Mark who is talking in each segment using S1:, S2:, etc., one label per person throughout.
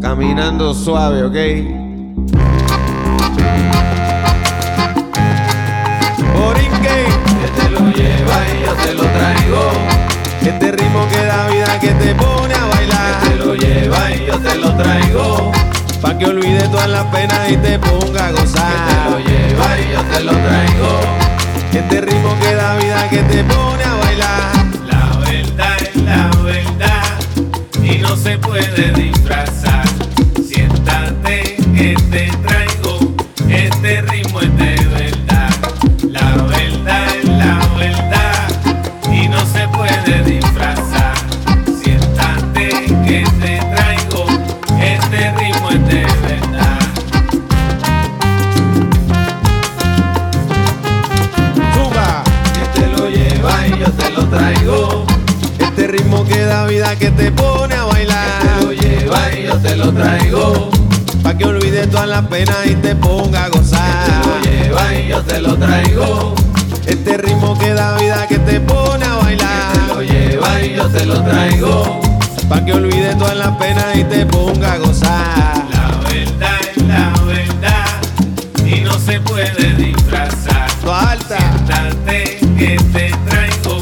S1: Caminando suave, ¿ok? Borinque,
S2: Que te lo lleva y yo te lo traigo.
S1: este ritmo que da vida que te pone a
S2: Que te
S1: bailar.
S2: lo lleva y yo te lo traigo.
S1: Pa' que olvide todas las penas y te ponga a
S2: Que te lo
S1: gozar.
S2: lleva y yo te lo traigo.
S1: Este ritmo que da vida que te pone a bailar.
S2: La verdad es la verdad y no se puede disfrazar. Siéntate que te traigo, este ritmo es de verdad. La verdad es la verdad y no se puede disfrazar. Siéntate que te traigo, este ritmo es de verdad.
S1: Zumba.
S2: Que te lo lleva y yo te lo traigo.
S1: Este ritmo que da vida que te pone a
S2: Te lo
S1: bailar.
S2: lleva y yo te lo traigo.
S1: Pa' que olvide todas las penas y te ponga a
S2: Te lo
S1: gozar.
S2: lleva y yo te lo traigo.
S1: Este ritmo que da vida que te pone a
S2: Te lo
S1: bailar.
S2: lleva y yo te lo traigo.
S1: Pa' que olvide todas las penas y te ponga a gozar.
S2: La verdad es la verdad y no se puede disfrazar.
S1: Tu alta,
S2: Date que te traigo,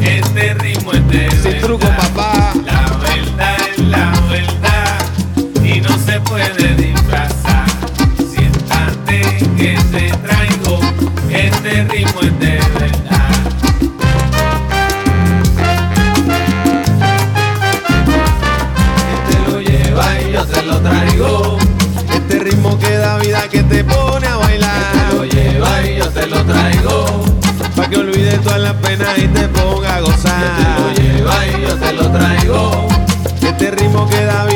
S2: este ritmo es de
S1: sin truco
S2: verdad.
S1: papá.
S2: La verdad es la verdad y no se puede disfrazar. Siéntate que te traigo, este ritmo es de verdad. Que te lo lleva y yo te lo traigo.
S1: Este ritmo que da vida que te pone a
S2: Te Este lo
S1: bailar.
S2: lleva y yo te lo traigo.
S1: Pa' que olvide todas las penas y te ponga a
S2: Que te Este lo
S1: gozar.
S2: lleva y yo te lo traigo.
S1: Este ritmo que da vida Este Este
S2: Este este este